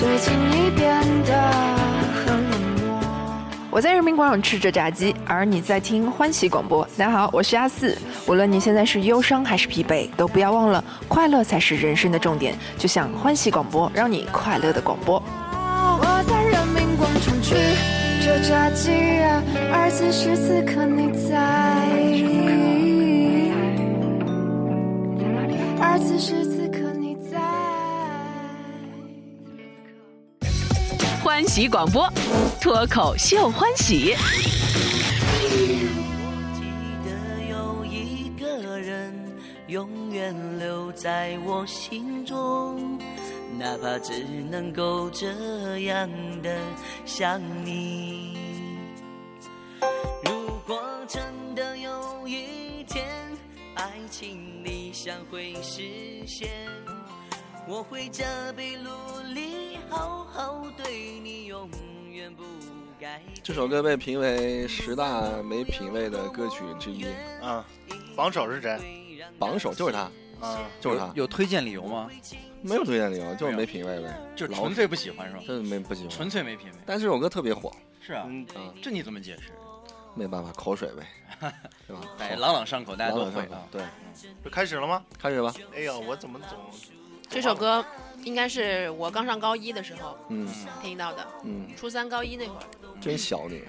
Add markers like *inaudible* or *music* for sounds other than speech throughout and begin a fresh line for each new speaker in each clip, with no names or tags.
最近你变得很冷漠。
我在人民广场吃着炸鸡，而你在听欢喜广播。大家好，我是阿四。无论你现在是忧伤还是疲惫，都不要忘了，快乐才是人生的重点。就像欢喜广播，让你快乐的广播。
我在人民广场吃着炸鸡啊，而此时此刻你在。而此时此刻你在。
欢喜广播，脱口秀欢喜。
记得有一个人永远留在我心中，哪怕只能够这样的想你。如果真的有一天，爱情理想会实现，我会加倍努力，好好对你，永远不改变。
这首歌被评为十大没品位的歌曲之一，
啊，榜首是谁？
榜首就是它，
啊，
就是它，
有推荐理由吗？
没有推荐理由，就是没品位呗，
就
老
纯粹不喜欢是吧？
真的没不喜欢
纯。粹没品味。
但是这首歌特别火，
是啊，
嗯，
这你怎么解释？
没办法，口
*laughs*
水呗，对吧？
哎，
口
朗朗上口，大家
朗
都
朗
会
上口
啊。
对，
就开始了吗？
开始吧，
哎呀，我怎么总
这首歌应该是我刚上高一的时候
嗯
听到的，
嗯，
初三高一那会儿。
真小你，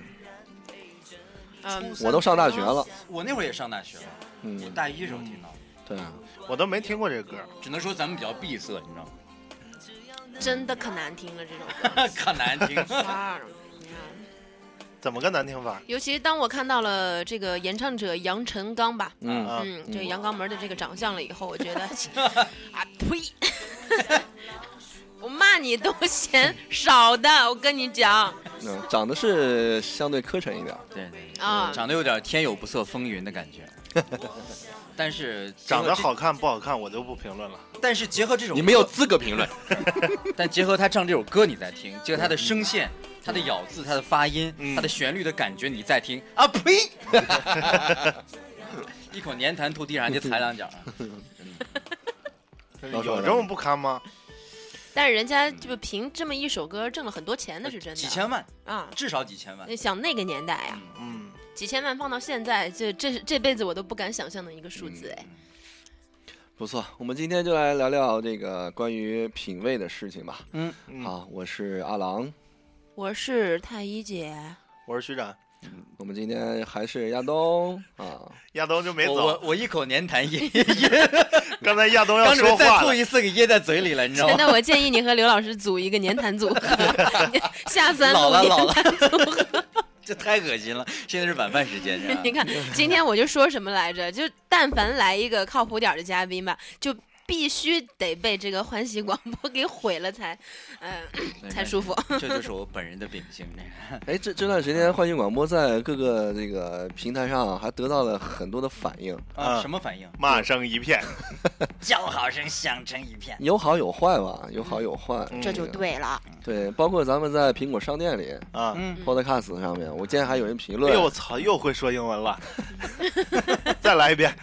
嗯，
我都上大学了，
我那会儿也上大学了，我
嗯，
大一时候听到的，
对啊，
我都没听过这个歌，
只能说咱们比较闭塞，你知道吗？
真的可难听了这首歌
*laughs*
可难听。
哇你看
怎么个难听法？
尤其当我看到了这个演唱者杨晨刚吧，
嗯，
啊
嗯，
嗯
这个羊羔门的这个长相了以后，我
*laughs*
觉得啊呸， *laughs* 我骂你都嫌少的，我跟你讲
嗯，长得是相对磕碜一点，
对对，对
啊，
嗯
长得有点天有不测风云的感觉，但是结合
长得
这
好，看不好看我就不评论了。
但是结合这种
你没有资格评论，
*laughs* 但结合他唱这首歌你在听，结合他的声线、他的咬字、他的发音、
嗯
他的旋律的感觉你在听啊呸！ *laughs* 一口粘痰吐地上，你就踩两脚啊。
老
有
说
这么不堪吗？
但是人家就凭这么一首歌挣了很多钱， *laughs* 那是真的，
几千万，
啊。
至少几千万
那。想那个年代啊呀、
嗯，
几千万放到现在，这这这辈子我都不敢想象的一个数
嗯
字哎。
不错，我们今天就来聊聊这个关于品味的事情吧。
嗯
嗯
好，我是阿郎，
我是太医姐，
我是徐展，
我们今天还是亚东啊，
亚东就没
我我
走。
我一口
*laughs*
粘痰噎噎，
刚才亚东要
刚准
说
备再
话
吐
了，
一次给噎在嘴里了，你知道
真
吗？
的，哎我建议你和刘老师组一个年谈组
*laughs*
*laughs* 合，下三
老
路
了
年
老了
谈组合。
*laughs* 这太恶心了。现在是晚饭时间，是吧
*laughs* 你看，今天我就说什么来着？就但凡来一个靠谱点儿的嘉宾吧，就必须得被这个欢喜广播给毁了才，嗯、
没
才
关系
舒服。
*laughs* 这就是我本人的秉性。
哎，这这段时间欢迎广播在各个这个平台上还得到了很多的反应，
啊，
嗯
什么反应？
骂声一片。
叫好声响成一片。
有好有坏吧，有好有坏，
嗯
这就对了，
对，包括咱们在苹果商店里、
啊！
嗯，
Podcast 上面，我今天还有人评
哎
论
呦我操，又会说英文
*laughs*
了，再来一遍。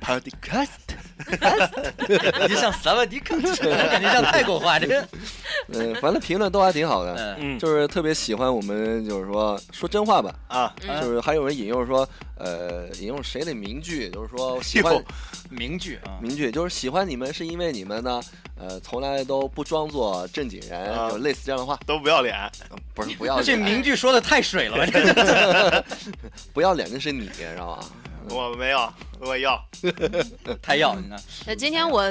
Podcast，
*laughs* 你就像萨瓦迪卡，感觉像泰国话。这个，
呃，反正评论都还挺好的，
*laughs*
嗯，
嗯
就是特别喜欢我们，就是说说真话吧，
啊，
嗯
就是还有人引用说，呃，引用谁的名句，就是说喜欢
哎呦
名句啊，
名句，就是喜欢你们是因为你们呢，呃，从来都不装作正经人，
啊
就类似这样的话，
都不要脸。
不是不要
这
脸，
名句说的太水了吧？
*laughs*
这个
不要脸那是你，知道吧？
我没有，我要。
太要你看，
那今天我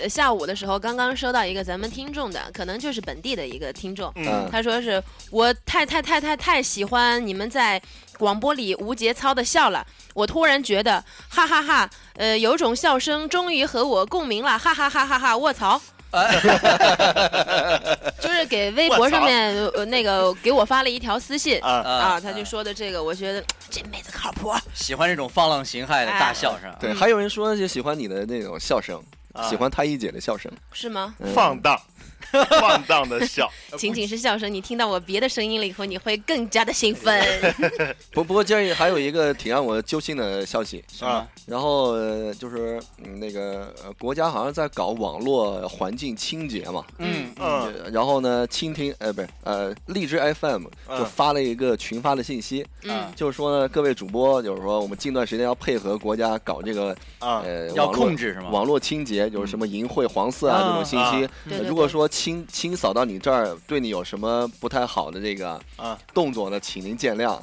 呃下午的时候刚刚收到一个咱们听众的，可能就是本地的一个听众，
嗯
嗯，
他说是我太太太太太喜欢你们在广播里无节操的笑了，我突然觉得哈哈哈呃，有种笑声终于和我共鸣了，哈哈哈哈哈！卧槽，
*laughs*
就是给微博上面呃那个给我发了一条私信
啊
啊，他就说的这个，我觉得这妹子靠谱，
喜欢这种放浪形骸的大笑
哎
声。啊
嗯对，还有人说就喜欢你的那种笑声，
啊
喜欢太一姐的笑声，
呃
是吗？
嗯
放荡，放荡的笑。
仅仅是笑声，你听到我别的声音了以后，你会更加的
*laughs*
兴奋。
不不过今 *laughs* 儿还有一个挺让我揪心的消息，
啊，
然后呃就是嗯那个呃国家好像在搞网络环境清洁嘛，
嗯，
嗯，
然后呢，蜻蜓呃不是呃荔枝 FM
嗯
就发了一个群发的信息，
嗯，
就是说呢，各位主播就是说我们近段时间要配合国家搞这个
啊，
呃
要
网络
控制是吗
网络清洁就是什么淫秽、黄色啊
啊
这种信息
啊，
对
呃
对
如果
对
说清清扫到你这儿对你有什么不太好的这个
啊
动作呢，请您见谅。
啊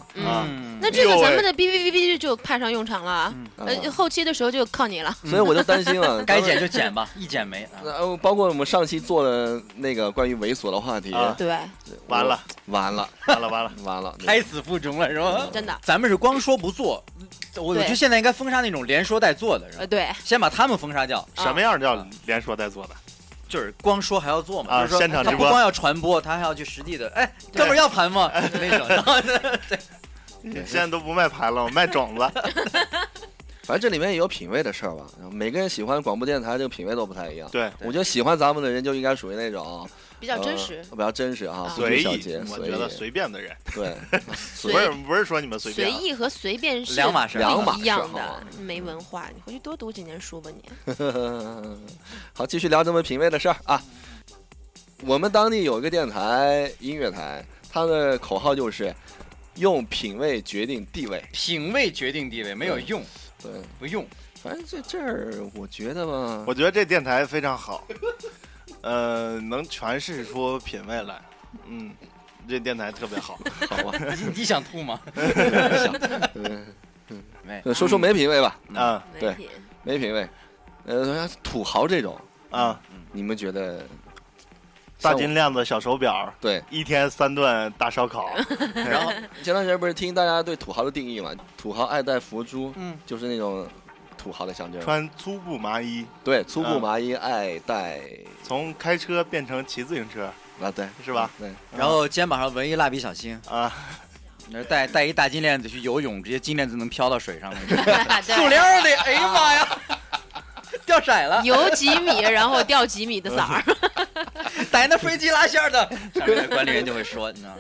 嗯，
那这个
哎呦喂嗯
咱们的哔哔哔哔就派上用场了啊，
啊
呃，后期的时候就靠你了。
所以我就担心
*laughs*
了，
该减就
*laughs*
减吧，一减没啊。
呃，包括我们上期做的那个关于猥琐的话题，
啊
对，
完了，
完了，
完了，完了，
完了，
胎死腹中了是
嗯
吧？
真的，
咱们是光说不做，我我
对
觉得现在应该封杀那种连说带做的，是吧
呃，？对，
先把他们封杀掉，
什么样叫连说带做的？
就是光说还要做嘛，
啊
就是说
现场直播
他不光要传播，他还要去实地的，哎，哥们儿要
*laughs*
盘吗？那种，然后对
现在都不卖盘了，我卖种子。
反正这里面也有品味的事儿吧。然后每个人喜欢广播电台这个品味都不太一样。
对，
我觉得喜欢咱们的人就应该属于那种
比
比
较真实，
比较真实啊，
啊
不拘
随
小
意
节，，
我
随
觉得
意，
随便的人，
对，
随
不是不是说你们随
随
便啊，
意和随便是
两码事儿
两码
不一
事
样
好
的
吗，
没文化，你回去多读几年书吧你。
*laughs* 好，继续聊咱们品味的事儿啊。我们当地有一个电台音乐台，它的口号就是用品味决定地位。
*laughs* 品味决定地位，没有用，
对，
不用。
反正这这儿我觉得吧，
我觉得这电台非常好，呃，能诠释出品味来，嗯，这电台特别好。
好吧，
你你想吐吗？
嗯
没
说说没品味吧，
啊
对
没品
没品味。呃，土豪这种，
啊，
你们觉得
大
像我
金链子、小手表，
对，
一天三顿大烧烤， *laughs*
然后
前段时间不是听大家对土豪的定义嘛？土豪爱戴佛珠，
嗯，
就是那种土豪的象征。
穿粗布麻衣，
对，粗布
嗯
麻衣爱戴
从开车变成骑自行车，
啊，对，
是吧？
对，
然后肩膀上纹一蜡笔小新，
啊，
那带带一大金链子去游泳，直接金链子能飘到水上那种。
对
塑料的，哎呀妈呀， *laughs* 掉色了，
游几米，然后掉几米的色儿，
逮那飞机拉线儿的，上面的管理员就会说，你知道吗。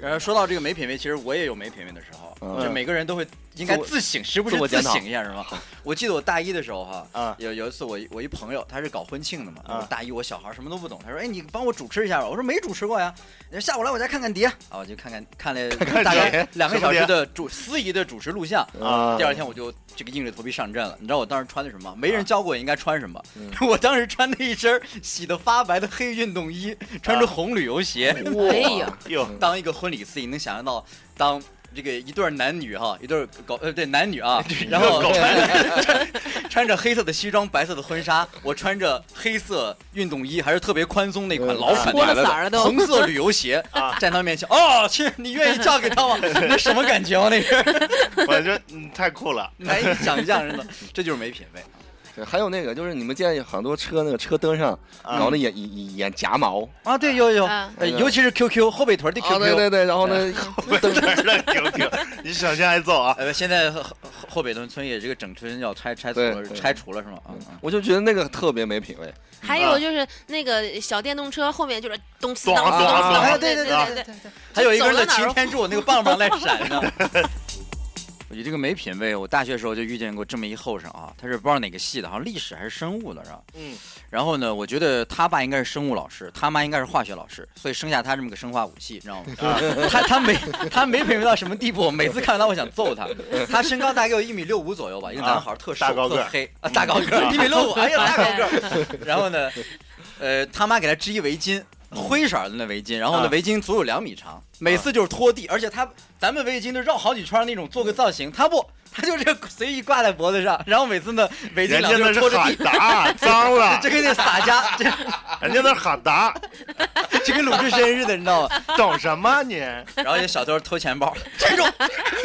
然后说到这个没品位，其实我也有没品位的时候，
嗯
就每个人都会应该自省，时不时
自我
自
检讨
省一下，是吧？我记得我大一的时候哈，
啊
有有一次我一我一朋友他是搞婚庆的嘛，
啊
我大一我小孩儿什么都不懂，他说哎你帮我主持一下吧，我说没主持过呀，你说下午来我家看看碟啊，我就看看看了
看
大概
碟
两个
什么
小
碟
时的主司仪的主持录像，
啊
第二天我就这个硬着头皮上阵了。你知道我当时穿的什么吗？没人教过我应该穿什么。 *laughs* 我当时穿的一身洗得发白的黑运动衣，穿着红旅游鞋，
哎呀，
哟，
当一个婚礼司仪，能想象到当。这个一对儿男女哈，一对儿狗呃对男女啊，然后穿着 *laughs* 穿穿着黑色的西装，白色的婚纱，我穿着黑色运动衣，还是特别宽松那款
嗯
老款
脱了
的
色儿了都
红色旅游鞋，站他面前，哦，亲，你愿意嫁给他吗？那什么感情啊？那是
我觉得你太酷了。
难以想象， *laughs* 真的，这就是没品位。
对还有那个就是你们见很多车那个车灯上搞那眼眼眼夹毛，
啊，对，有有，
嗯
呃尤其是 QQ 后背臀的
啊，对
QQ，
对对， *laughs* 然后呢，
*laughs*
灯
停停，你小心挨揍
*laughs*
啊！
呃，现在后后后北屯村也这个整村要拆拆除了
对，对
拆除了是吗？啊，啊
我就觉得那个特别没品味。
还有就是那个小电动车后面就是咚呲
咚
咚
咚
呲咚
咚
呲，
哎
对
对
对
对
对
对
对对，
还有一个人
走
的
了哪儿
擎天柱那个棒棒在 *laughs* 闪呢。我觉得这个没品位，我大学时候就遇见过这么一后生啊，他是不知道哪个系的，好像历史还是生物的，是吧？
嗯。
然后呢，我觉得他爸应该是生物老师，他妈应该是化学老师，所以生下他这么个生化武器，你知道吗？
*laughs*
他他没他没品味到什么地步，我每次看到他我想揍
*laughs*
他。他身高大概有一米六五左右吧，一个男孩儿，特瘦、
大高个儿
特黑啊，大高个儿，一米六五，哎呀，大高个儿。然后呢，呃，他妈给他织一围巾，灰色儿的那围巾，然后呢，
嗯啊
围巾足有两米长，每次就是拖地，而且他咱们围巾都绕好几圈儿那种做个造型，他不，他就这个随意挂在脖子上，然后每次呢围巾
人
两
家那
边
是
拖着
喊
地。
达，脏了
就，跟那洒家， *laughs* 这
人家那是喊达，
就跟鲁智深似的，你知道吗？
懂什么你？
然后有小偷偷钱包， *laughs* 这种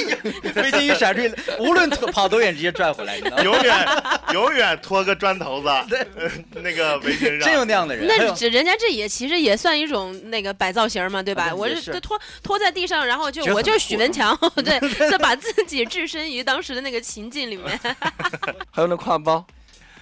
围巾一闪出去，无论跑多远，直接拽回来，你知道吗？
永远永远拖个砖头子，呃那个围巾
真有
上，
那样的人，还
那
有
这人家这也其实也算一种那个摆造型嘛，对吧？
啊
我
也
是
是
就拖拖在地上，然后就
觉得
我
很
就是
酷
许文强，对，就把自己置身于当时的那个情境里面。
还有那挎包，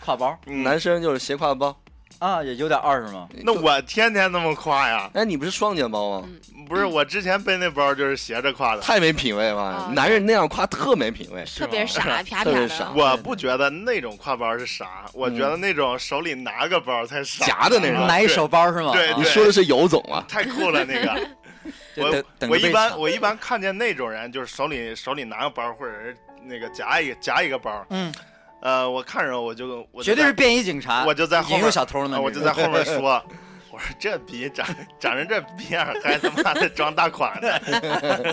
挎包
男生就是斜挎包，
啊啊，也有点二是吗？
那我天天那么夸呀，
哎，你不是双肩包吗？
嗯
不是我之前背那包就是斜着挎的，
太没品位了
啊，
男人那样夸特没品位。
特
*laughs*
别傻，啪啪
特别
的。
傻
我不觉得那种挎包是傻，我
嗯
觉得那种手里拿个包才傻，啊
夹的那种
拿一手包是吗？
对
啊
你说的是尤总啊？
太酷了那个。
*laughs* 就
我
等等
我
着
一
被
般
抢
我一般看见那种人，就是手里 *laughs* 手里拿个包，或者是那个夹一个夹一个包，
嗯，
呃，我看着我就我就
绝对
在
是便衣警察，
我就在后
引
面啊
诱小偷呢，
我就在后面说， *laughs* 我说这逼长长成这逼样，还他妈的装大款呢。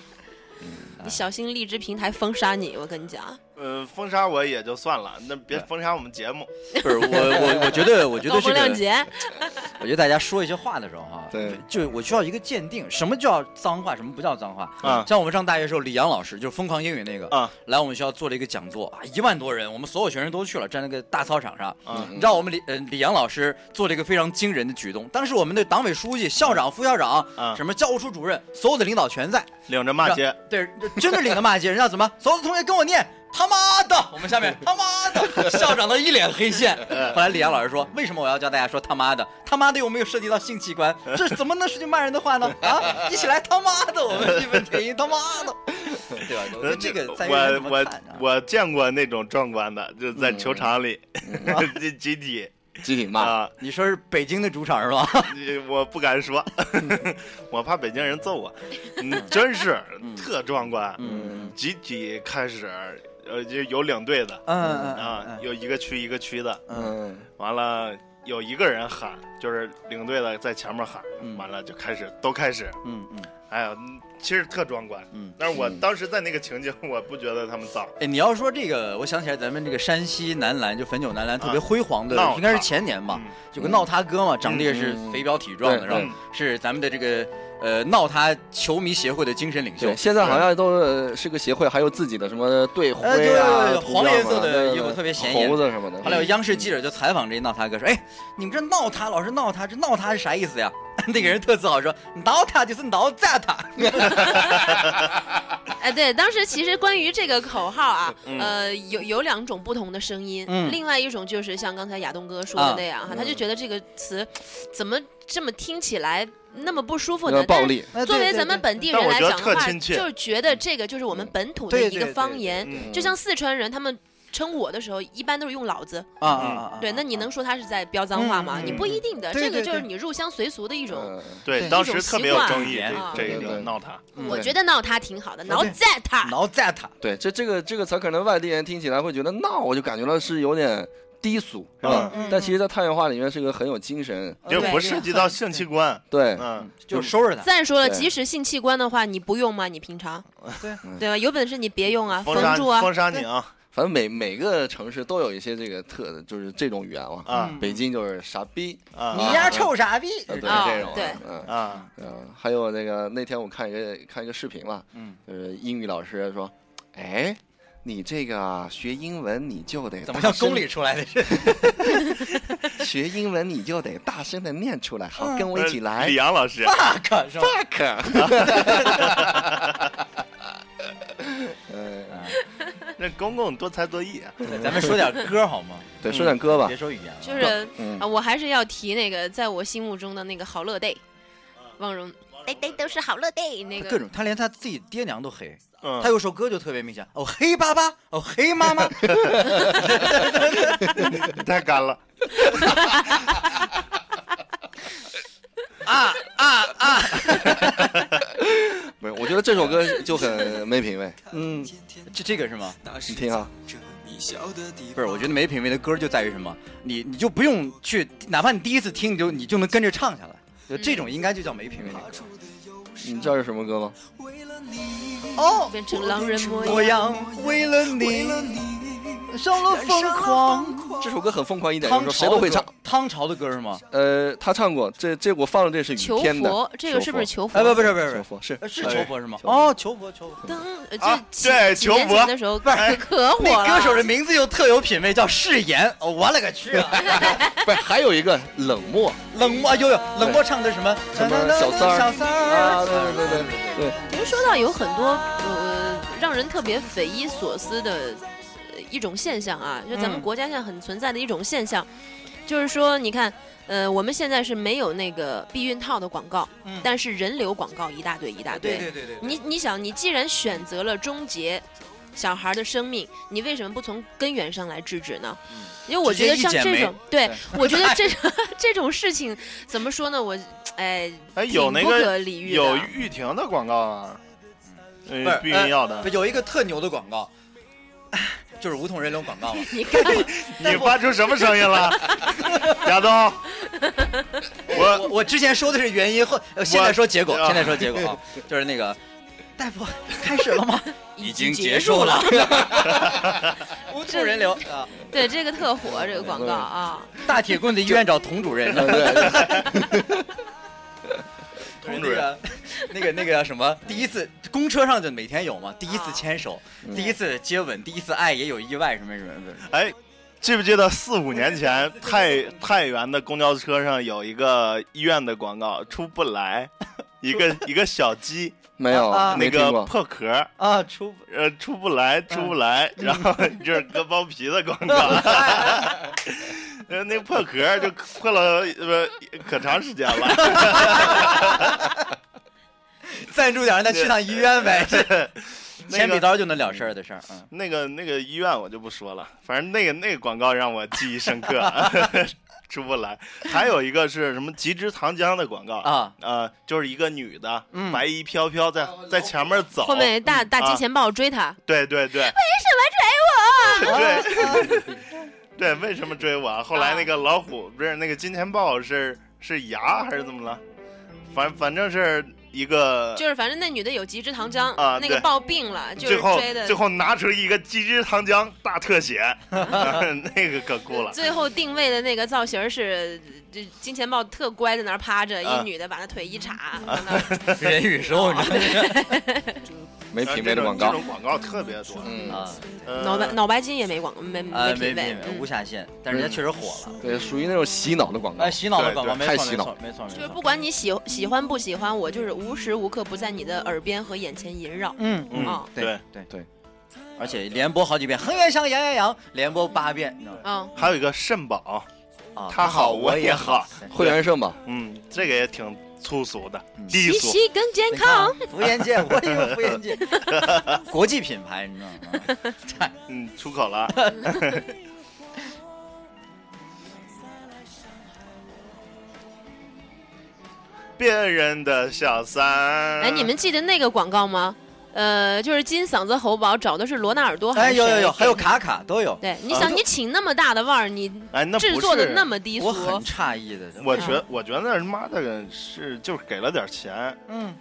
*laughs*
你小心荔枝平台封杀你，我跟你讲，
呃，封杀我也就算了，那别封杀我们节目。
不是我我我觉得我觉
高
得这
风亮
个，
节，
我觉得大家说一些话的时候
*laughs*
哈，
对，
就我需要一个鉴定，什么叫脏话，什么不叫脏话。
啊
像我们上大学的时候，李阳老师就是疯狂英语那个，
啊
来我们学校做了一个讲座，啊，一万多人，我们所有学生都去了，站那个大操场上。
啊
你知道我们李呃李阳老师做了一个非常惊人的举动，当时我们的党委书记、校长、副校长、
啊
什么教务处主任，所有的领导全在，
领着骂街，
对，真的领着骂街，人家怎么？所有的同学跟我念他妈的，我们下面他妈的，校长都一脸黑线。后来李阳老师说，为什么我要教大家说他妈的？他妈的又没有涉及到性器官，这怎么能是句骂人的话呢？啊，一起来他妈的，我们义愤填膺，他妈的，对啊吧？我觉得这个在于人怎
呃我
么
我
看啊
我见过那种壮观的，就在球场里，这 *laughs*
嗯
集体
集体骂，
啊，
你说是北京的主场是吧？
你我不敢说， *laughs* 我怕北京人揍我。嗯，真是特壮观，
嗯
集体开始，呃，就有领队的
嗯嗯
啊，
嗯
有一个区一个区的，
嗯，
完了有一个人喊，就是领队的在前面喊，
嗯
完了就开始都开始，
嗯嗯。
哎呀，其实特壮观。
嗯
但是我当时在那个情景，我不觉得他们脏。
哎，你要说这个，我想起来咱们这个山西男篮，就汾酒男篮特别
啊
辉煌的，
闹
应该是
他
前年吧，
嗯
有个闹他哥嘛，长得也是
嗯
肥膘体壮的，
对
是吧
嗯？
是咱们的这个呃闹他球迷协会的精神领袖
对，。现在好像都是是个协会，还有自己的什么队徽
哎啊对
啊
对对，
图样
黄颜
啊
色的
对对
衣服
对
特别显眼
猴子什么的。
后来
嗯
有央视记者就采访这闹他哥说：“哎，你们这闹他，老是闹他，这闹他是啥意思呀？”那个人特自豪说：“闹他就是闹炸他。
哎，对，当时其实关于这个口号
*laughs*
啊，呃，有有两种不同的声音，
嗯
另外一种就是像刚才亚东哥说
啊
的那样哈，他就觉得这个词怎么这么听起来那么不舒服
有
呢
点？暴力，
哎”
但是作为咱们本地人
但我
来
觉得
讲
特
的话，
亲切
就是觉得这个就是我们本土
嗯
的
对
一个
对
方
对
言，
嗯，
就像四川人他们。称我的时候，一般都是用“老子
啊啊啊啊！”，
对，那你能说他是在飙脏话吗？
嗯嗯
你不一定的，
对
这个
对
就是
对
你入乡随俗的一种。
嗯
对，
对
当时特别有争议
一种习惯，
这这
对
个
对
闹他。
嗯
我
对
觉得闹他挺好的，
对
挠在他，
闹炸他。
对，这这个这个词可能外地人听起来会觉得闹，我就感觉到是有点低俗，是吧？
嗯
但其实，在太原话里面是个很有精神，
也不涉及到性器官，
对，
嗯，
就收拾他。
再说了，
对
即使性器官的话，你不用吗？你平常
对
对吧？有本事你别用啊，
封杀
封住啊！
封杀你啊
反正每每个城市都有一些这个特，就是这种语言嘛。
啊
嗯
北京就是傻逼，
啊！
你丫臭傻逼！
呃对
啊
这种
对
啊，嗯
啊，
嗯，还有那个那天我看一个看一个视频嘛，
嗯，
就是英语老师说，哎，你这个啊学英文你就得
怎么
大
像
声
宫里出 *laughs* 来的？
学英文你就得大声的念出来，
嗯
好，跟我一起来
呃
李。阳老师，
fuck 是吧？
fuck，
那公公多才
*laughs*
多艺啊，
咱们说点歌好吗？
对， *laughs* 说点歌吧
别。说语言了。
就是
嗯
啊，，我还是要提那个在我心目中的那个好乐 day，汪荣 day day 哎都是好乐 day 那
各
个。
种，他连他自己爹娘都黑。
嗯
他，有首歌就特别明显，哦黑爸爸，哦黑妈妈，
太干了，
啊啊啊！
*laughs* 不是，我觉得这首歌就很没品位。
嗯，这这个是吗？
你听啊，
不是，我觉得没品位的歌就在于什么，你你就不用去，哪怕你第一次听，你就你就能跟着唱下来，就这
嗯
种应该就叫没品位的歌。
你知道是什么歌吗？
哦，
变成狼人模
我
样，
养为了你，上了疯狂。
这首歌很疯狂一点，就是
汤
说
潮
谁都会唱
的歌。汤潮的歌是吗？
呃，他唱过，这这我放的这是雨
求
天的
佛，，这个是不是
求
求佛？
哎，不不是不
佛
是
求
不
佛是
是，是
哎
求佛是吗？
求佛
哦，求佛求佛。
当呃
啊
这几
对
几
求
年
佛
前的时候可
哎
可火
那
了。
歌手的名字又特有品位，叫誓言。哦，我勒个去啊！ *laughs*
不是，还有一个冷漠
冷漠哎有有冷漠唱的什么
什么小三儿
*laughs* 小三
啊，
儿
对对对对对，
其实说到有很多呃让人特别匪夷所思的呃一种现象啊，就咱们
嗯
国家现在很存在的一种现象，就是说，你看，呃，我们现在是没有那个避孕套的广告，
嗯
但是人流广告一大堆一大堆。
啊对对对，
你你想，你既然选择了终结小孩的生命，你为什么不从根源上来制止呢？
嗯
因为我觉得
直接
像
一剪
这
梅
种，对
对
我觉
*laughs*
得这这种 *laughs* 事情怎么说呢？我哎，
哎，有那
挺不
个
可理喻的
啊
有玉婷的广告啊，嗯
不是，呃
避孕药的
不，有一个特牛的广告， *laughs* 就是无痛人流广告 *laughs* 嘛。
你看，
你发出什么声音了，亚
*laughs*
东？
我
我
呃我之前说的是原因，后呃现在说结果，
啊
现在说结果啊，就是那个大夫开始了吗？ *laughs* 已经结束 *laughs* 了，无痛人流啊，
对这个特火这个广
嗯
告啊，
哦
大铁棍子医院找
*laughs*
童主任，
对对
童主任，那个那个叫什么？第一次公车上就每天有嘛，第一次牵手，第一次接吻，第一次爱也有意外，什么什么的。
哎，记不记得四五年前太太原的公交车上有一个医院的广告，出不来， *laughs*
*laughs*
一个一个小鸡，
没有
啊，
没
那
听
个
过。
破壳。
啊，出
呃，出不
嗯
来，出不来，然后就是割包皮的广告，
*laughs*
呃，那破壳就破了呃可长时间了，
*laughs* *laughs* 赞助点让他去趟医院呗，
那个
铅笔刀就能了事儿的事儿。嗯，
那个那个医院我就不说了，反正那个那个广告让我记忆深刻， *laughs* 出不来。还有一个是什么极致糖浆的广告
啊，
呃，就是一个女的，
嗯
白衣飘飘在在前面走，
哦后面大大
啊
金钱豹追他，
对对对，什么追
为
我？ *laughs* 对对，为什么追我啊？后来那个老虎不是那个金钱豹是是牙还是怎么了？反反正是一个
就是反正那女的有极致糖浆
啊，
那个
对
抱病了，就
最
是
后
追的
最后拿出一个鸡汁糖浆大特写，
*laughs*
那个可酷了。
最后定位的那个造型是，这金钱豹特乖，在那儿趴着，
啊
一女的把他腿
*laughs*
一叉，往那儿
*laughs*
哦
人与兽，你知道吗
没
啊
品
这
位的广
种这
告
种。广告特别多。
嗯，
啊
呃
*laughs* 脑白脑白金也没广没
啊，没
品
没
位
没，无
嗯
下限，但人家确实火了。
对，属于那种洗脑的广告
哎，。洗脑的广告，
对
没
对
错
太洗
没
脑
错没错没
就是不
错。
管你喜喜欢不喜欢，我就是无时无刻不在你的耳边和眼前萦绕。
嗯
哦
对对
对，
而且连播好几遍，恒源祥羊羊羊连播八遍，你知道吗？
嗯，
还有一个肾宝，
啊，
他好我也好，
会员肾吧，
嗯，这个也挺粗俗的
嗯，
低
皮
俗。
息更健康。，
啊福烟界我也有福烟界，国际品牌，你知道吗？
嗯，出口了。 *laughs* 别人的小三，
呃
哎，你们记得那个广告吗？呃，就是金嗓子喉宝找的是罗纳尔多还
哎，
是
有有有，
谁
还有。卡卡都有。
对，你
啊
想你请那么大的腕儿，你
哎，那不
制作的
是
那么嗯低
我
俗，
很诧异的，
我觉我觉得他妈的是就是给了点钱，
嗯，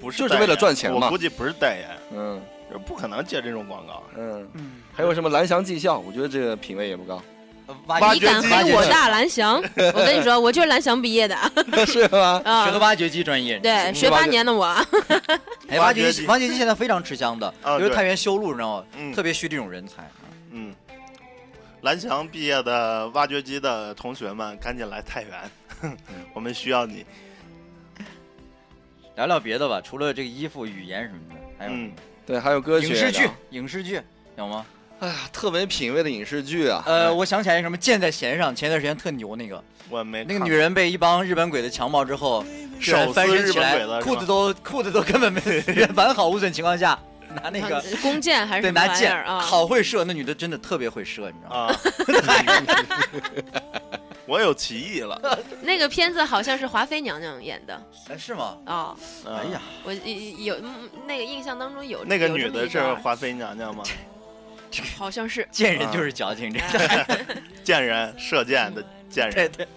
不是
就是
代
为了
言
赚钱嘛
我估计不是代言，
嗯
就不可能接这种广告。
嗯，还有什么蓝翔技校，我觉得这个品味也不高，
挖
你
掘
敢
机
黑
挖
我
掘机
大蓝
*laughs*
翔？我跟你说，我就是蓝翔毕业的
是吧？
学了
啊。
挖掘机专业，
对，学
挖
八
掘
年
*laughs*
的我，
哎，
挖
挖
掘
掘
机
机，挖掘机现在非常吃香的，
啊
因为
对
太原修路，你知道吗？
嗯
特别需这种人才。啊
嗯，蓝翔毕业的挖掘机的同学们，赶紧来太原， *laughs*
嗯
我们需要你。
聊聊别的吧，除了这个衣服、语言什么的，还有
嗯，
对，还有歌曲
影视剧，影视剧有吗？
哎呀，特没品位的影视剧啊。
呃，我想起来什么箭在弦上，前段时间特牛那个，
我没
那个
哎看
女人被一帮日本鬼子强暴之后，居然
手撕
翻身
日
起
本鬼
来
子是，吧
裤子都裤子都根本没
*laughs*
完好无损情况下，拿那个
弓箭还是
对
什么
拿
玩意
箭
儿，啊？
好会射，那女的真的特别会射，你知道吗？
啊， *laughs* 我有歧义了。
那个片子好像是华妃娘娘演的
哎，是吗？
啊，
啊
哎呀，，
我一有嗯那个印象当中有
嗯那个
有这
女
么
的
一
是
段儿
华妃娘娘吗？
*laughs* 好
*laughs*
像是
见人就是矫情，
嗯
这个
贱人，射箭的贱
对
人。
*laughs* 对，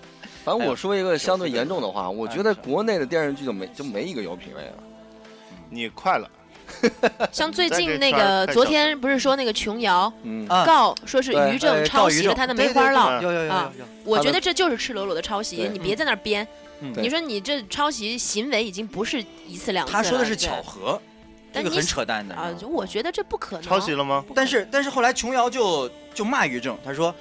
反
哎
正我说一个相对严重的话，我觉得国内的电视剧就没就没一个有品位的。
你快了，
像最
在这
近那
圈儿
个
太
昨
小
天不是说那个琼瑶
嗯，
啊
告说是
对
于正
呃
抄
告于
袭了
正
他的
对
梅
对
花
对
烙，
啊
有有有
啊
有有，
我
他
觉
的
得这就是赤裸裸的抄袭，
对
你别在那儿编。
嗯
对
你说你这抄袭行为已经不是一次两次
他
了。
说的是
对
巧合，这
但
个
你
很扯淡的
啊，
你知
就
道吗
我觉得这不可能。
抄袭了吗？
但是但是后来琼瑶就就骂于正，他说。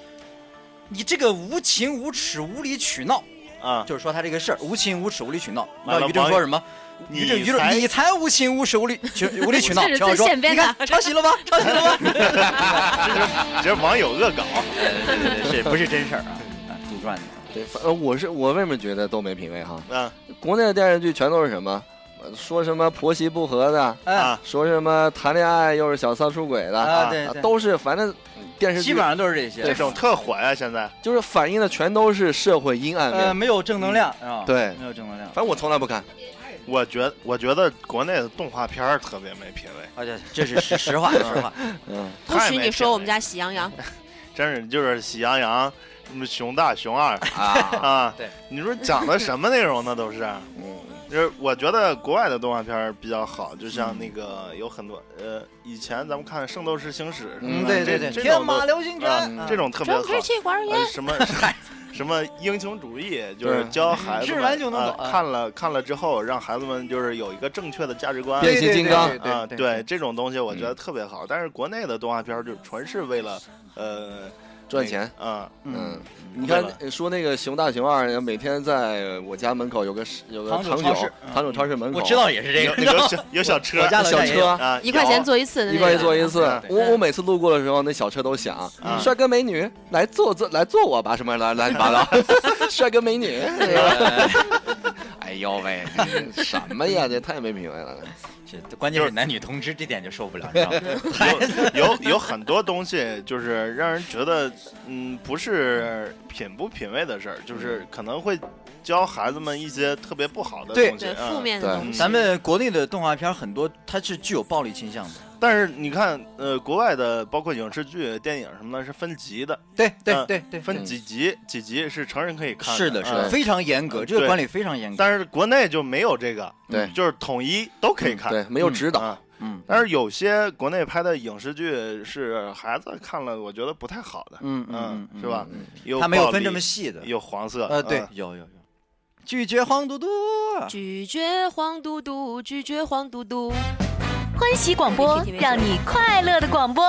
你这个无情无耻、无理取闹，
啊，
就是说他这个事儿无情无耻、无理取闹。
完
那
了
于正
网
说
友
什么？
你
于正于
才
正，你才无情无耻、无理取无理取闹。
*laughs* 这是
琼瑶
最
说：“
现编
你
的
看，
*laughs*
抄袭了吧？抄袭了吧？”
这是网友恶搞。 *laughs*
对对对，是不是真事儿啊？啊杜撰的。
对，反呃，我是我为什么觉得都没品位哈？
啊
国内的电视剧全都是什么？呃说什么婆媳不和的，
哎
啊，
说什么谈恋爱又是小三出轨的，
啊，
啊
对
啊
对，
都是反正电视
基
剧
本上都是这
这
些，
种特火呀，现在
就是反映的全都是社会阴暗面。
呃，没有正能量
嗯
啊，
对
没有正能量
反，正我从来不看，
我觉我觉得国内的动画片儿特别没品位，
而且啊这是实实话实话，
嗯，
不
太
许
没
你
品
说
位
我们家喜羊羊，
真是就是喜羊羊、什么熊大、熊二
*laughs*
啊，
*laughs* 啊，
对，
你说讲的什么内容呢？都是，
嗯
就是我觉得国外的动画片儿比较好，就像那个有很多呃，以前咱们看《圣斗士星矢》什么
嗯，
的，
对对
这
对，
这
天
种都
马 *laughs* 流
*laughs*
星
啊
拳
嗯
啊
这种特别
专
好，
门去幼儿园
呃。
*laughs*
什么什么英雄主义，就是
对
教孩子
治
们
完就能
啊
走啊
看了看了之后，让孩子们就是有一个正确的价值观。
变形金刚
对
啊，
对
对，这种东西我觉得特别好，但是国内的动画片儿就纯是为了，呃，
赚钱。
那个啊，
嗯
嗯，，
你看
对吧
呃说那个熊大熊二，每天在我家门口有个是有个
糖
糖
酒
酒
超市，嗯
糖酒超市门口，
我
*laughs*
知道也是这
有
个，
有小有小车
我家楼
小
下也
车
有，
啊，
一块
有
钱坐一次的
一
那
块钱坐
个，
一次
对。对
我我每次路过的时候，那小车都响
嗯，
帅哥美女来坐坐来坐我吧，什么来乱七八糟，帅哥美女。是吧哎呦喂，什么呀？这太没品位了。
这关键是男女通吃这点就受不了，你知道吗？ *laughs*
有有有很多东西，就是让人觉得，嗯，不是品不品味的事儿，就是可能会教孩子们一些特别不好的
对
东西。
对
嗯
负。面的
对
东西。
咱们国内的动画片很多，它是具有暴力倾向的。
但是你看，呃，国外的包括影视剧、电影什么的，是分级的，
对
嗯
对对
分几级，几级是成人可以看
是的，是的，
嗯
非常严格，
嗯
这个
对
管理非常严格。
但是国内就没有这个，
对
就是统一都可以看。
对，没有
嗯
指导。
啊
嗯
但是有些国内拍的影视剧是孩子看了，我觉得不太好的，
嗯
嗯
嗯，
是吧？有
他没有
暴
分
力
这么细的。
有黄色，
呃，对
嗯，啊
有有有，拒绝黄嘟嘟。
拒绝黄嘟嘟，拒绝黄嘟嘟。
欢喜广播
PPTV，
让你快乐的广播。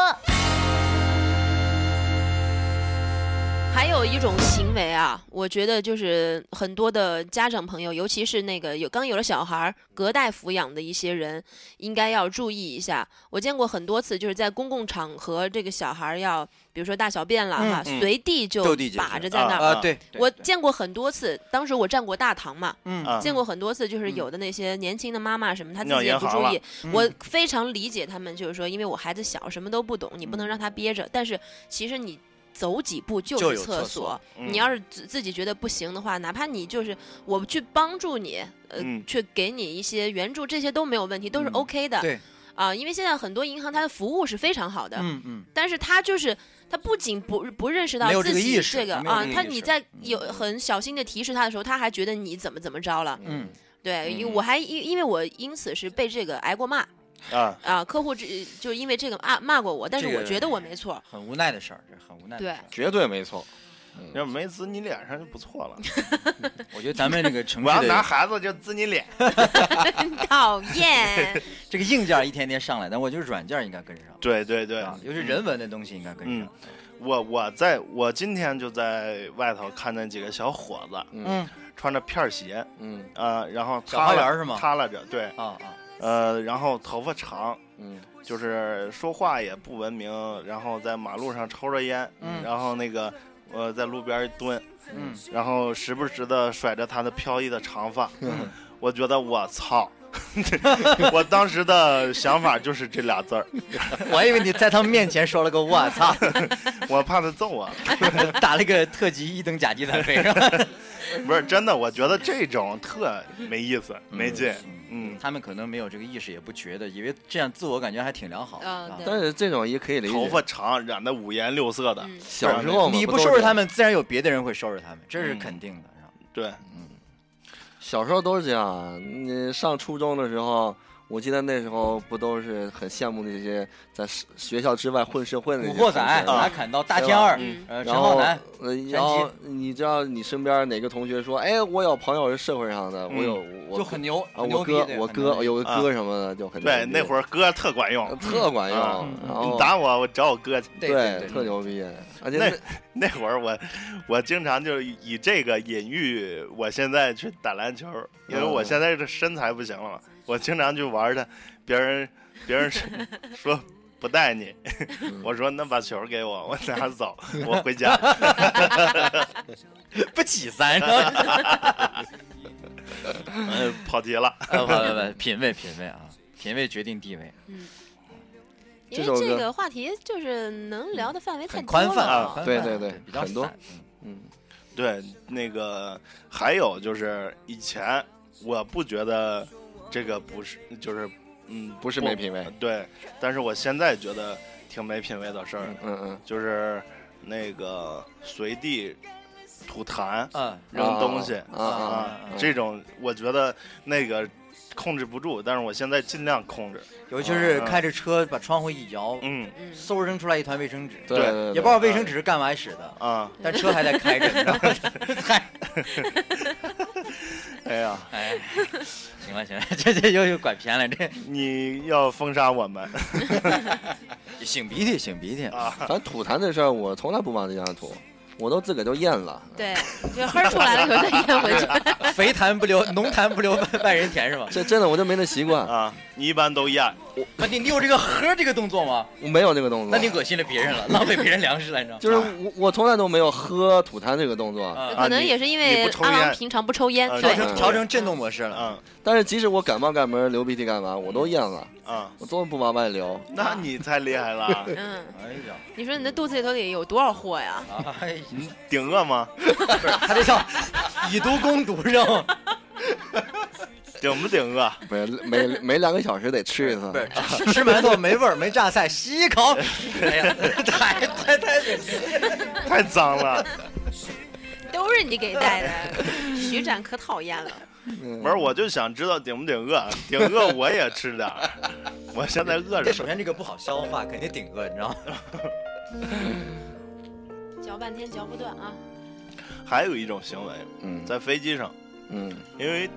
还有一种行为啊，我觉得就是很多的家长朋友，尤其是那个有刚有了小孩儿隔代抚养的一些人，应该要注意一下。我见过很多次，就是在公共场合，这个小孩儿要，比如说大小便了哈，
嗯嗯
随地就
就地解决
把着在那儿。
啊，对，对
我
对
见过很多次，当时我站过大堂嘛，
嗯
啊
见过很多次，就是有的那些年轻的妈妈什么，她自
尿
己也
盐
不
行
注
了
意。我非常理解他们，就是说，因为我孩子小，什么都不懂，你不能让他憋着。但是其实你走几步就
就是有
厕
厕所
嗯
你要是自自己觉得不行的话，哪怕你就是我去帮助你，呃，
嗯
去给你一些援助，这些都没有问题，都是
嗯
OK 的。
对，
啊、因为现在很多银行它的服务是非常好的，
嗯嗯，
但是他就是他不仅不不认识到
没有
自
这个
己
意识
这个
他没有
啊
这，个
他
意
你
识嗯
在有很小心的提示他的时候，他还觉得你怎么怎么着了。
嗯，
对，因
嗯
我还因因为我因此是被这个挨过骂
啊，
啊，客户这就因为这个骂骂过我，但是
这个
我觉得我没错。
很无奈的事儿，这很无奈。
对，
绝对没错。
嗯
要没滋你脸上就不错
*laughs*
了。
我觉得咱们
*laughs*
这个城
我要
市
拿
的
孩子就滋你脸，
*laughs* 讨
*laughs*
厌，
这个硬件儿一天天上来，但我觉得软件儿应该跟上。
对对对，
嗯
啊，尤其人文的东西应该跟
嗯
上。，
我我在我今天就在外头看见几个小伙子
嗯
穿着片儿鞋，
嗯
啊，然后
小花
塌了
园儿是吗
塌拉着，对，
啊啊，
呃，然后头发长，
嗯
就是说话也不文明，然后在马路上抽着烟，
嗯
然后那个呃在路边一蹲，
嗯，
然后时不时的甩着他的飘逸的长发，
嗯
我觉得我操， *laughs* 我当时的想法就是这俩字儿，
我还以为你在他们面前说了个 *laughs* 我操，
我怕他揍我，
打了个特级一等甲级残废。
不是真的，我觉得这种特没意思，没劲，嗯
他们可能没有这个意识，也不觉得，以为这样自我感觉还挺良好。啊
嗯对
但是这种也可以理解。
头发长，染的五颜六色的，
嗯
小时候嘛
你
不
不
都
收拾
这
他
样，
们，自然有别的人会收拾他们，这是
嗯
肯定的，是吧？
对，
小时候都是这样啊。你上初中的时候，我记得那时候不都是很羡慕那些在是学校之外混社会的那
古
些
惑仔、
同学
拿砍刀、大天二
嗯、
呃陈
啊然
浩
后
南，，
呃
姬
然后你知道你身边哪个同学说，哎，我有朋友是社会上的，
嗯
我有我
就很牛，
啊，
很牛
我
逼
哥
对
我
很牛
哥我
逼
有个
啊
哥什么的就很
对，那会
儿
儿歌特管用，
特管用
啊，
然
你
后
打我，我找我哥去。
嗯对对
特牛逼，而且
那 *laughs* 那会儿我，我经常就是以这个隐喻我现在去打篮球，因为我 *laughs* 现在这身材不行了嘛，我经常去玩的，别人别人说不带你。 *laughs* 我说那把球给我，我拿走，我回 *laughs* 家。
*laughs* 不起三是吧？
*laughs*
嗯，跑题了。
啊不不不，品味品味啊，品味决定地位。
因
这首
为
歌
这个话题就是能聊的范围太
很
多
宽泛
了
啊，
嘛。
宽泛
对对对
比较
很多
散嗯
嗯，
对，那个还有就是以前我不觉得这个不是，就是嗯，
不是没品位
对，但是我现在觉得挺没品位的事儿，
嗯嗯，
就是那个随地吐痰、
啊，
扔东西
啊啊
啊
这种，我觉得那个控制不住，但是我现在尽量控制。
尤其是开着车把窗户一摇，
嗯
嗯
嗖扔出来一团卫生纸，
对
对
对，
也不知道卫生纸是干嘛使的，
啊，
但车还在开着，你知道 *laughs* 吗？嗨，
哎呀，
哎，行了行了， *laughs* 这这又又拐偏了，这
你要封杀我们
*laughs* 擤鼻涕擤鼻涕，
啊！
反正吐痰这事儿，我从来不往这上吐，我都自个儿就咽了。
对，就哼出来了以后再咽回去。
肥痰不 *laughs* 流，浓痰不流外人田是吧？
这真的我就没那习惯，
啊， *laughs* 你一般都咽，
那你你有这个喝这个动作吗？
我没有这个动作。
那你恶心了别人了，浪费别人粮食了，你知道吗？
就是我我从来都没有喝吐痰这个动作，
啊
可能也是因为
你不抽
阿郎
烟
平常不抽烟，
啊
调
对，
成调成震动模式了，
嗯
但是即使我感冒干门流鼻涕干嘛，我都咽了，
啊，
我都不往外流。
那你太厉害了 *laughs* 啊，
嗯，
哎呀，
你说你的肚子里头里有多少货呀？
哎呀，
你顶饿吗？
*laughs* 不是他这叫以毒攻毒，知道吗？
顶不顶饿？ *laughs*
每每每两个小时得吃一次
不。是啊吃吃馒头没味儿，没榨菜，吸
*laughs*
一口，哎呀，太太太
太脏了。
都是你给带
*laughs*
的，徐展可讨厌了。
嗯
不是，我就想知道顶不顶饿，顶饿我也吃点儿。 *laughs* 我现在饿
这
着
首
呢。
先这个不好消化，肯定顶饿，你知道吗？
嚼半天嚼不断啊！
还有一种行为，
嗯
在飞机上，
嗯
因为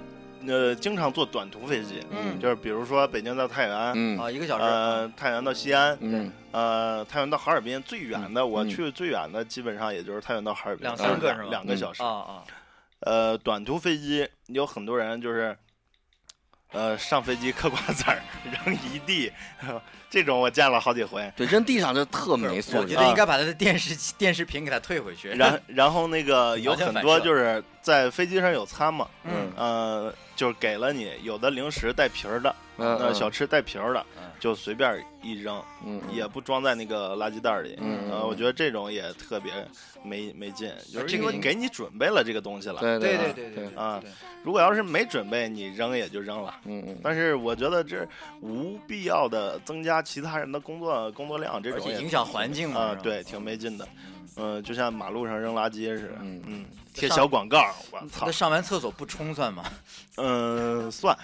呃经常坐短途飞机，
嗯
就是比如说北京到太原，
嗯
啊，一个小时，
呃，太原到西安，
嗯
呃，太原到哈尔滨，最远的我
嗯
去最远的基本上也就是太原到哈尔滨，
两三个
呃
是吧
两个小时
啊。啊，
呃，短途飞机有很多人就是，呃，上飞机嗑瓜子儿扔一地， *laughs* 这种我见了好几回。
对，扔地上就特没素
我觉
质。啊
得应该把他的电视电视屏给他退回去，
然然后那
*laughs*
个有很多就是在飞机上有餐嘛，
嗯
呃，就是给了你有的零食带皮儿的，
嗯
那小吃带皮儿的
嗯，
就随便一扔，
嗯
也不装在那个垃圾袋里。
嗯
呃，我觉得这种也特别没没劲，就是
啊这
因
个
为
应
给你准备了这个东西了。
对
对
对
对对对
啊
对
如果要是没准备，你扔也就扔了。
嗯嗯。
但是我觉得这无必要的增加其他人的工作工作量，这
而
种
且
也
影响环境嘛，
啊、
是吧
对，挺没劲的。嗯、就像马路上扔垃圾似的，
嗯
嗯，贴小广告，我啊操
那，上完厕所不冲算吗？
嗯、算，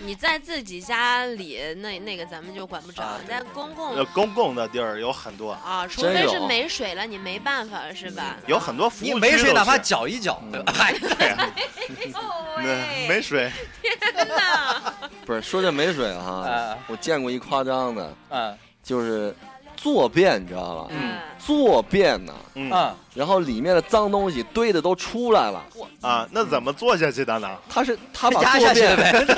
你在自己家里那那个咱们就管不着，你在公
呃
共，
公共的地儿有很多，
啊，除
真
非是
有
没水了，你没办法是吧？
嗯有很多服务
你
区
没水
都
哪怕
是
搅一搅， *laughs* 哎，
哦
嗯
喂
没水，
不是说这没水哈
啊，
我见过一夸张的，
嗯
就是坐便，你知道吧？
嗯
坐便呢，
*laughs*
嗯啊
嗯，
然后里面的脏东西堆的都出来了。
啊那怎么坐下去的呢？啊
他是他把
压
坐
下去了
便
呗，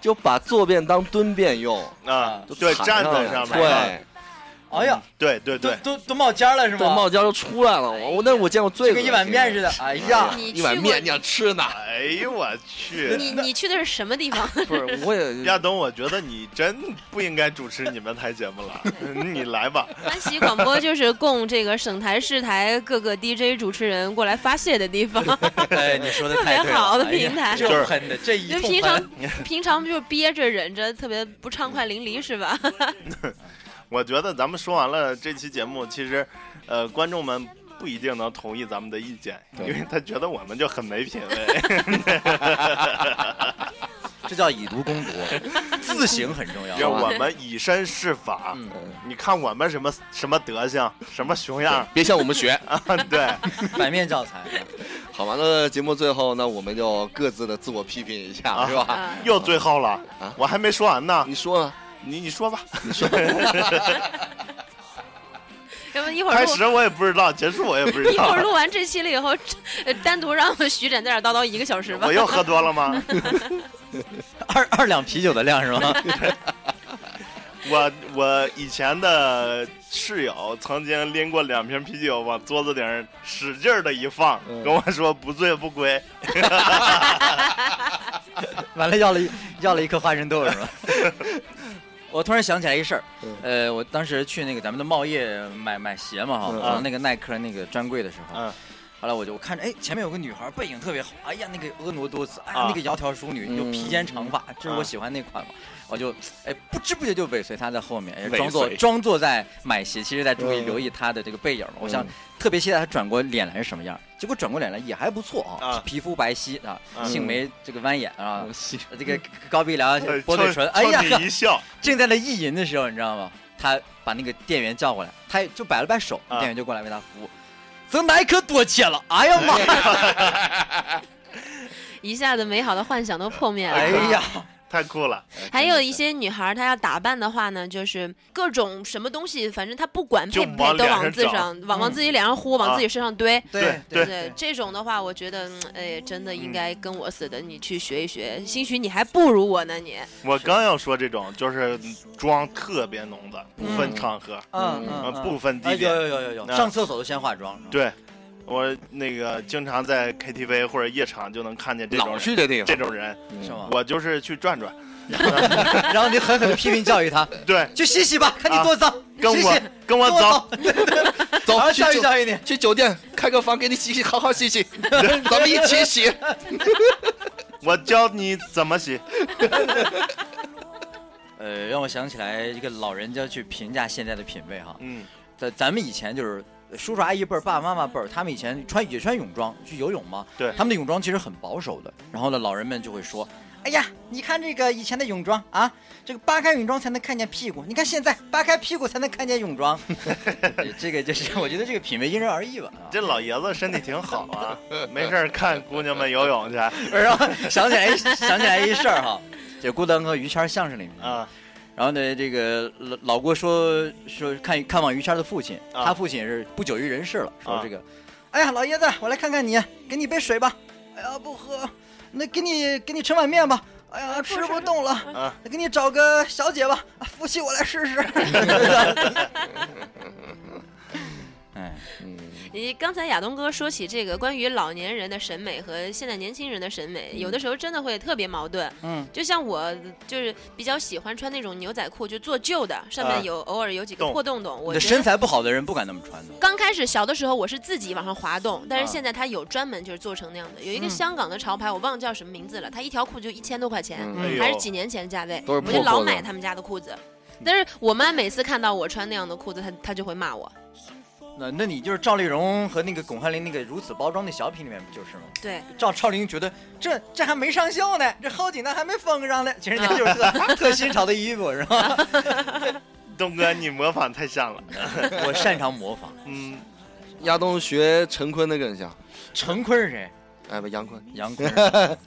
就把坐便当蹲便用，
啊
就，
对，
踩
站
上
在
了
上面，
对，
*laughs* 哎呀，
对对
都
对
都都冒尖儿了是
这
吗？
冒尖就出来了。我我那是我见过最
就跟一碗面似的，哎呀，
你
一
去
碗
过
面你想吃呢？
哎呦我去！
你你去的是什么地方？
*laughs*
*laughs*
不是，我也
亚东，我觉得你真不应该主持你们台节目了，你来吧。
欢喜广播就是供这个省台、市台各个 DJ 主持人过来发泄的
*laughs*
地方。 *laughs*
哎，你说的
特别
太对了
好的
哎呀
平台
就是喷的这一
就
通
平
喷，
常平常就是憋着忍着，特别不畅快淋漓是吧？
我觉得咱们说完了这期节目，其实，呃，观众们不一定能同意咱们的意见，因
对
为他觉得我们就很没品位。
这叫以毒攻毒，自省很重
就
*laughs* 要。啊
我们以身试法，
嗯
你看我们什么什么德行，什么熊样
别向我们学。
啊？ *laughs* 对，
反面教材，啊
好吧，那节目最后，那我们就各自的自我批评一下，
啊
是吧？
啊，
又最后了
啊，
我还没说完呢，
你说啊呢？
你你说吧。
*laughs* 要不一 *laughs* 会儿
开
录
始我也不知道，结束我也不知
*laughs* 一会
道 *laughs*
儿。录完这期了以后，呃单独让徐展在这儿叨叨一个小时吧
我。又喝多了吗？ *laughs*
二二两啤酒的量是吗？
我我以前的室友曾经拎过两瓶啤酒往桌子顶上使劲儿的一放，
嗯
跟我说不醉不归。
*laughs* 完了要了一要了一颗花生豆是
*laughs*
吧？我突然想起来一事儿，
嗯
呃，我当时去那个咱们的茂业买买鞋嘛哈，
嗯
然后那个耐克那个专柜的时候，
嗯
后来我就我看着哎前面有个女孩背影特别好，哎呀那个婀娜多姿，哎呀、
啊嗯
那个窈窕淑女，
嗯
又披肩长发，这是我喜欢那款嘛，我就哎不知不觉就尾随她在后面，哎装作
尾随
装作在买鞋，其实在注意
嗯
留意她的这个背影嘛，我想
嗯
特别期待她转过脸来是什么样，结果转过脸来也还不错啊
啊，
皮肤白皙啊，
嗯
杏眉这个弯眼啊，
西
这个高鼻梁
呃、、
薄嘴唇，
冲
哎呀，
冲你一笑，
*laughs* 正在那意淫的时候，你知道吗？他把那个店员叫过来，他就摆了摆手，
啊
店员就过来为他服务。怎么来可多切了？哎呀妈！呀！
*laughs* 一下子美好的幻想都破灭了。 *laughs*
哎呀，
太酷了。
还有一些女孩儿，她要打扮的话呢，就是各种什么东西，反正她不管配不
就往
配，都
脸
往
上
自
找
上往往自己脸上呼，往
啊
自己身上堆。
对
对
对，这种的话，我觉得，嗯哎，真的应该跟我似的，你去学一学，兴许你还不如我呢。你
我刚要说这种就是妆特别浓的，不分
嗯
场合，
嗯
呃
嗯，嗯
不分地
哎有
点。
有有有有，
嗯
上厕所都先化妆，
对，我那个经常在 KTV 或者夜场就能看见这种
老
人
去这地
这
方，
种人，
是吗？
我就是去转转。
然后你狠狠的批评教育他，
对，
去洗洗吧，看你多脏，
跟
洗洗
我跟我走，，
走
然后
去
教育
酒
教育你。
去酒店开个房给你洗洗，好好洗洗，咱
*laughs*
们一起洗。
我教你怎么洗。 *laughs*
呃，让我想起来一个老人家去评价现在的品味哈，
嗯
咱咱们以前就是叔叔阿姨辈儿、爸爸妈妈辈儿，他们以前穿也穿泳装去游泳嘛，
对
他们的泳装其实很保守的。然后呢，老人们就会说：“哎呀，你看这个以前的泳装啊，这个扒开泳装才能看见屁股，你看现在扒开屁股才能看见
*laughs*
泳装。”这个就是我觉得这个品味因人而异吧。啊 *laughs*
这老爷子身体挺好啊，没事儿看姑娘们游泳去
然后想起来一想起来一事儿哈，这郭德纲和于谦儿相声里面，
啊
然后呢，这个老老郭说说看看望于谦的父亲，
啊
他父亲也是不久于人世了，说
啊
这个，哎呀，老爷子，我来看看你，给你杯水吧。哎呀，不喝，那给你给你盛碗面吧。哎呀，吃不动了，
啊！
那给你找个小姐吧，啊夫妻我来试试。 *laughs* 哎，
嗯
你刚才亚东哥说起这个关于老年人的审美和现在年轻人的审美，有的时候真的会特别矛盾。
嗯，
就像我就是比较喜欢穿那种牛仔裤，就做旧的，上
啊
面有、偶尔有几个
洞
破洞洞。我
那
觉
身
得
材不好的人不敢那么穿的。
刚开始小的时候，我是自己往上滑动，但
啊
是现在它有专门就是做成那样的，有一个
嗯
香港的潮牌，我忘了叫什么名字了，它一条裤就一千多块钱，
嗯
哎呦
还是几年前的价位，
都是
我
破
就老
破
买
的，
他们家的裤子。但是我妈每次看到我穿那样的裤子，她她就会骂我。
那那你就是赵丽蓉和那个巩汉林那个如此包装的小品里面不就是吗？
对，
赵超龄觉得这这还没上校呢，这好紧呢还没缝上呢，其实人家就是特特新潮的衣服是吧？
东哥，你模仿太像了。
*laughs* 我擅长模仿。
嗯，
亚东学陈坤的更像，
*laughs* 陈坤是谁？
哎不，杨坤，
杨 *laughs* 坤。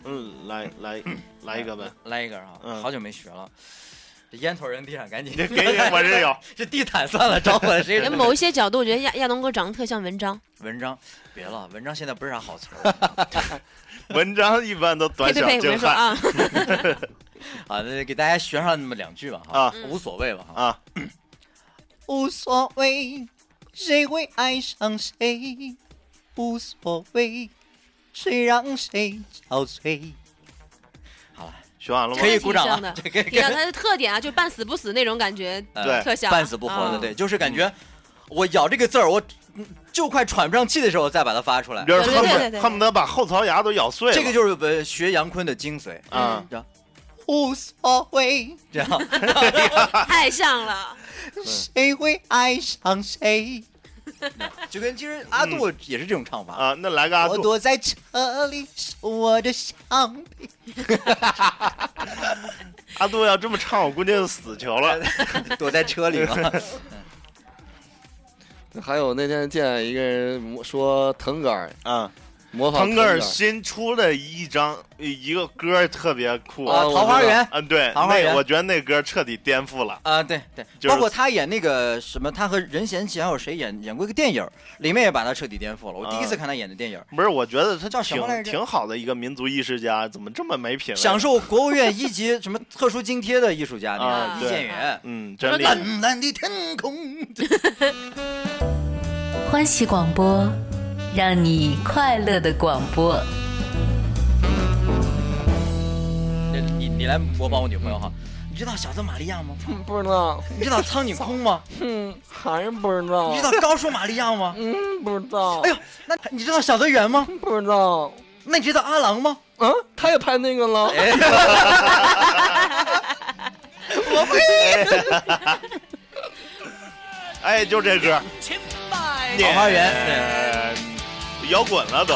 嗯，来来来一个呗，
来一个啊，
嗯
好久没学了。这烟头扔地上，赶紧
给你我这有，
*laughs* 这地毯算了，找 *laughs* 我
*laughs*
谁
哎某一些角度，我觉得亚亚东哥长得特像文章。
文章？别了，文章现在不是啥好词儿
*laughs* 文章一般都
呸
短小
呸呸！
精
我跟你说
悍
啊，
啊，那给大家学上那么两句吧哈，
啊
无所谓吧哈，
啊！
无所谓，谁会爱上谁，无所谓，谁让谁憔悴。好了，
学完了吗
可？以鼓掌
挺像
了
的，
这个
你看他的特点啊，就半死不死那种感觉，
呃
特像
半死不活的，
啊
*laughs*
对，就是感觉我咬这个字儿，我嗯就快喘不上气的时候再把它发出来。
就是
对对
恨
对对
不
对
得恨不得把后槽牙都咬碎了。
这个就是呃学杨坤的精髓，
啊，
无所谓，这样
*laughs*
太像了。
谁会爱
*laughs*
上谁？就跟其实阿杜也是这种唱法。
嗯啊，那来个阿
我
杜，
躲在这里，我的橡皮。
阿杜要这么唱，我估计就死球 *laughs* 了。
*laughs* 躲在车里嘛。
还有那天见一个人说腾格尔，
嗯
啊
模仿
腾格尔
腾格尔
新出的一张一个歌儿特别酷
啊，
我知
桃花
道
源。
嗯，对，
桃花源
那我觉得那歌彻底颠覆了。
啊，对对，
就是
包括他演那个什么，他和任贤齐还有谁演演过一个电影儿，里面也把他彻底颠覆了。我第一次看他演的电影儿，
不是，我觉得他
叫什么来
挺
着
挺好的一个民族艺术家，怎么这么没品位？
*laughs* 享受国务院一级什么特殊津贴的艺术家，
啊
那个易
对
建元。
嗯，真厉害。
蓝蓝的天空，
欢喜广播，让你快乐的广播。
你你来模仿我女朋友哈。你知道小泽玛利亚吗？
不知道，
你知道苍井空 *laughs* 吗？
嗯，还是不知道
你知道高树玛利亚吗？
嗯，不知道
哎呦，那你知道小泽圆吗？
不知道，
那你知道阿郎吗？
嗯，他也拍那个了，
哎，就这歌，
桃花源
哎摇滚了都。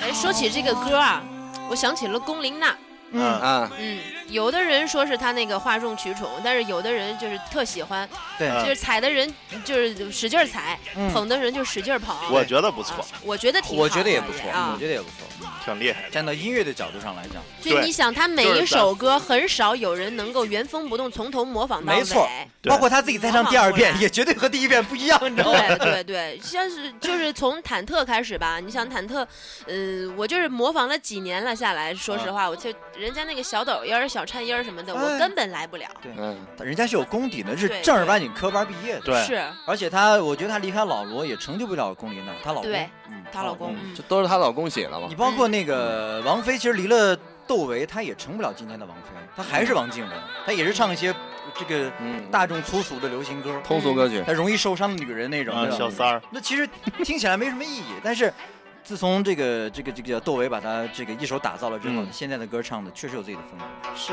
哎，说起这个歌啊，我想起了龚琳娜。
嗯，
啊，
嗯，有的人说是她那个哗众取宠，但是有的人就是特喜欢，
对，
嗯
就是踩的人就是使劲儿踩，捧的人就使劲儿捧。
我觉得不
不
错，
我觉得挺好的，
嗯我觉得也不错，
啊
我。觉得也不错。
挺厉害的。
站到音乐的角度上来讲，
就
对
你想，他每
就是
一
咱
首歌很少有人能够原封不动从头模仿到
没错
尾。
对
包括他自己再唱第二
模仿
遍，
不来
也绝对和第一遍不
*laughs*
一样，你知道吗？
对对对，像是就是从忐忑开始吧。你想忐忑，嗯、我就是模仿了几年了下来，说实
嗯
话，我就人家那个小抖音儿、小颤音儿什么的，
哎
我根本来不了。
嗯，
人家是有功底的，是
对
正儿八经科班毕业的。
对，
是
而且她，我觉得她离开老罗也成就不了龚琳娜，她老公。
对
嗯，
她老公，嗯
这都是她老公写的嘛
你，包括那个王菲，其实离了窦唯，她也成不了今天的王菲，她还是王静雯，她也是唱一些这个
嗯，
大众粗俗的流行歌，
通俗歌曲，
她容易受伤的女人那种。
啊，
对吧
小三儿，
那其实听起来没什么意义，但是自从这个这个这个窦唯把她这个一手打造了之后，
嗯
现在的歌唱的确实有自己的风格。
是。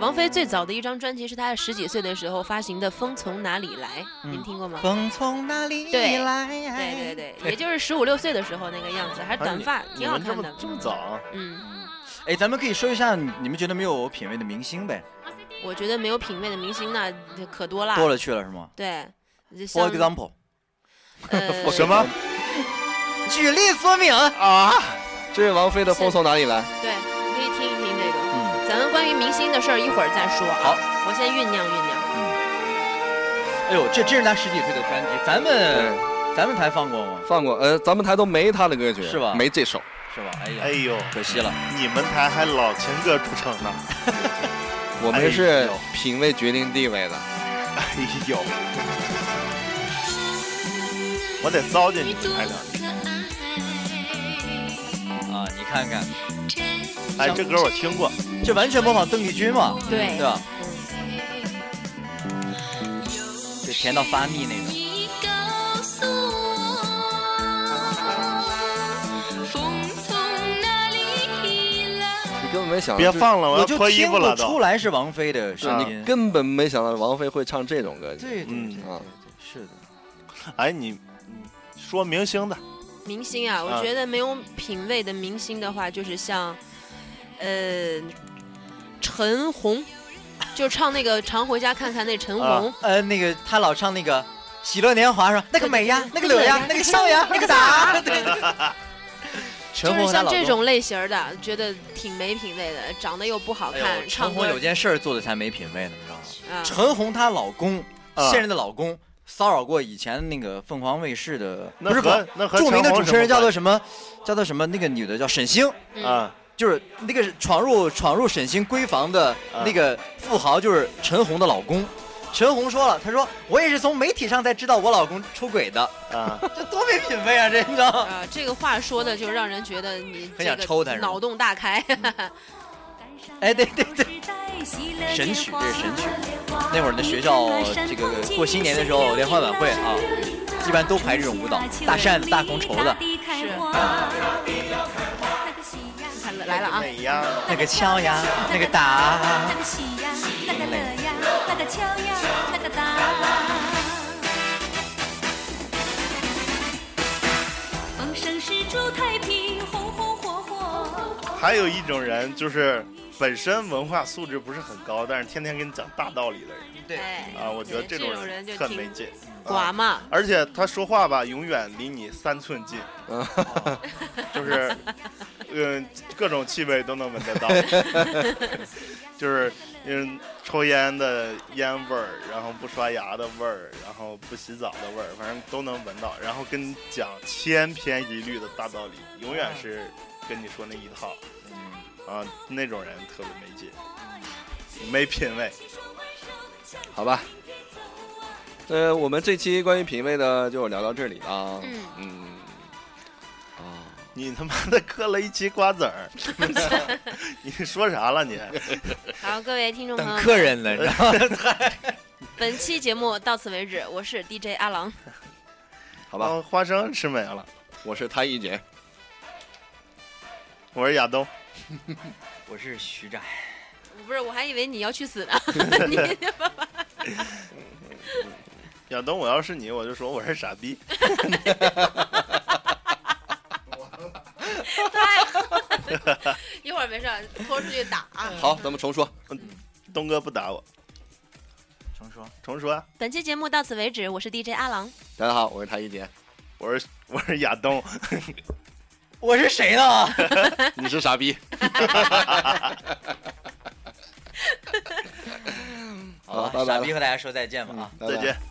王菲最早的一张专辑是她十几岁的时候发行的《风从哪里来》，
嗯
您听过吗？
风从哪里
对
来？
对对
哎
对，也就是十五六岁的时候那个样子，还是
哎
短
你
发，
你
挺好
们这
看
么
的。
这么早，啊
嗯，
哎，咱们可以说一下你你们觉得没有品味的明星呗？
我觉得没有品味的明星那可多了。
多了去了是吗
对，啊像
？For example，
呃
*laughs* 什么
举例说明。
啊？
这是王菲的《风从哪里来》，
对，你可以听一听这个。
嗯，
咱们关于明星的事儿一会儿再说。啊
好，
我先酝酿酝酿。
哎呦，这真是他十几岁的专辑，哎咱
对
们，咱们台放过吗？
放过，呃，咱们台都没她的歌曲，
是吧
没这首，
是吧？哎呀，
哎呦，
可惜了。
你们台还老情歌著称呢。 *laughs*
我们是
哎呦
品味决定地位的，
哎呦，我得糟践你台长。
啊，你看看，
哎，这歌我听过，
这完全模仿邓丽君嘛，
对
对吧？就甜到发腻那种。
你根本没想到，
别，啊放了，我
我
要
就
脱衣
听
服了
不
都
出。来是王菲的声
你
音。
根本没想到王菲会唱这种歌曲，
对对对
嗯
对对，
啊
对是的。
哎，你嗯说明星的，
明星
嗯
啊，我
啊
觉得没有品味的明星的话，就是像，呃，陈红，就唱那个《常回家看看》那陈红
啊，
呃，那个他老唱那个《喜乐年华》是吧？那个美呀，那个柳呀，那个少呀，那个啥？对，
*laughs* 就
啊陈
是
红
像这，种类型儿的，觉得挺没品味的，长得又不好
哎呦，
看，
陈
唱
红
歌
有件事儿做的才没品位呢，你知道吗？
啊，
陈红她老公，
啊
现任的老公骚扰过以前那个凤凰卫视的，
那
不是
和
凤
那和
著名
陈
的主
红
持人
什么
叫做
关
什么？叫做什么？那个女的叫沈星，
嗯
啊，
就是那个闯入闯入沈星闺房的
啊
那个富豪，就是陈红的老公。陈红说了，她说我也是从媒体上才知道我老公出轨的，
啊，
*laughs*
这多没品位啊！这你知道吗？
啊，这个话说的就让人觉得你
很
这
想抽他
个
是吧嗯
脑洞大开。 *laughs*
哎，对对对，神曲这是神曲。那会儿呢，学校这个过新年的时候，联欢晚会啊，一般都排这种舞蹈，大扇子、大红绸子，
看了来了啊，
美呀，
那个敲呀，那个打，
太平，红红火火。
还有一种人就是本身文化素质不是很高，但是天天跟你讲大道理的人
对
哎，
啊，我觉得
对这
种
种人就
特
挺
没劲。嗯
寡嘛，
而且他说话吧，永远离你三寸近，就是，嗯，各种气味都能闻得到，就是，嗯，抽烟的烟味儿，然后不刷牙的味儿，然后不洗澡的味儿，反正都能闻到。然后跟你讲千篇一律的大道理，永远是跟你说那一套，啊，那种人特别没劲，没品位。
好吧。呃，我们这期关于品味的就聊到这里了啊。
嗯
嗯。哦
你他妈的嗑了一期瓜子儿，你说啥了你？
好，各位听众朋
等
友
客
们，
人呢，你知道吗？
本期节目到此为止，我是 DJ 阿郎，
好吧，
哦，花生吃没了。
我是谭一杰。
我是亚东，
我是徐展，
不是，我还以为你要去 *laughs* 死呢，你
亚东，我要是你，我就说我是傻逼。
太狠了一会儿没事儿拖出去打啊。
好，咱们重说。
东哥不打我，
重说。
重说啊。
本期节目到此为止，我是 DJ 阿郎，
大家好，我是谭一杰。
我是我是亚东，
我是谁呢？
你是傻
*laughs*
逼。好
好
拜
吧，
拜
傻逼和大家说再见吧啊。啊
拜拜
再见。